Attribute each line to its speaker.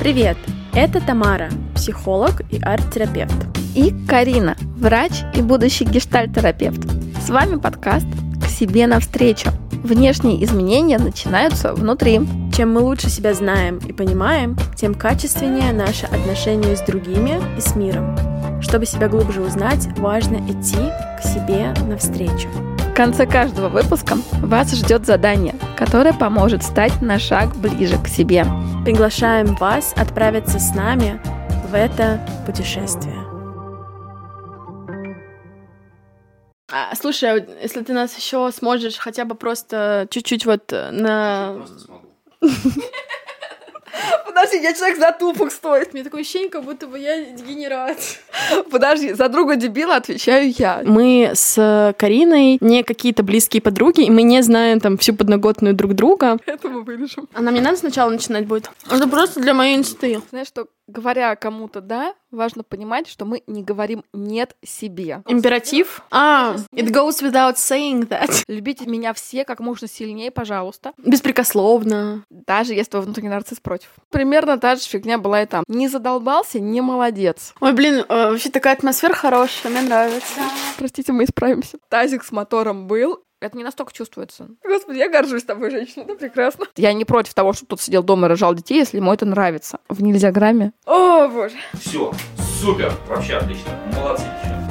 Speaker 1: Привет! Это Тамара, психолог и арт-терапевт.
Speaker 2: И Карина, врач и будущий гештальтерапевт. С вами подкаст «К себе навстречу». Внешние изменения начинаются внутри.
Speaker 1: Чем мы лучше себя знаем и понимаем, тем качественнее наши отношения с другими и с миром. Чтобы себя глубже узнать, важно идти к себе навстречу.
Speaker 2: В конце каждого выпуска вас ждет задание, которое поможет стать на шаг ближе к себе.
Speaker 1: Приглашаем вас отправиться с нами в это путешествие. А, слушай, а вот если ты нас еще сможешь хотя бы просто чуть-чуть вот э, на...
Speaker 2: Подожди, я человек затупок стоит.
Speaker 1: Мне такое ощущение, как будто бы я дегенерат.
Speaker 2: Подожди, за друга дебила отвечаю я.
Speaker 1: Мы с Кариной не какие-то близкие подруги, и мы не знаем там всю подноготную друг друга.
Speaker 2: Это мы вырежем.
Speaker 1: А нам не надо сначала начинать будет? Это просто для моей инсты.
Speaker 2: Знаешь, что говоря кому-то «да», важно понимать, что мы не говорим «нет» себе.
Speaker 1: Императив? А, it goes without saying that.
Speaker 2: Любите меня все как можно сильнее, пожалуйста.
Speaker 1: Беспрекословно.
Speaker 2: Даже если твой внутренний нарцисс против. Примерно та же фигня была и там. Не задолбался, не молодец.
Speaker 1: Ой, блин, э, вообще такая атмосфера хорошая, мне нравится.
Speaker 2: Простите, мы исправимся. Тазик с мотором был, это не настолько чувствуется. Господи, я горжусь тобой, женщина, это прекрасно. Я не против того, чтобы тут сидел дома и рожал детей, если ему это нравится. В нельзяграмме.
Speaker 1: О, боже.
Speaker 3: Все, супер, вообще отлично, молодцы девчонки.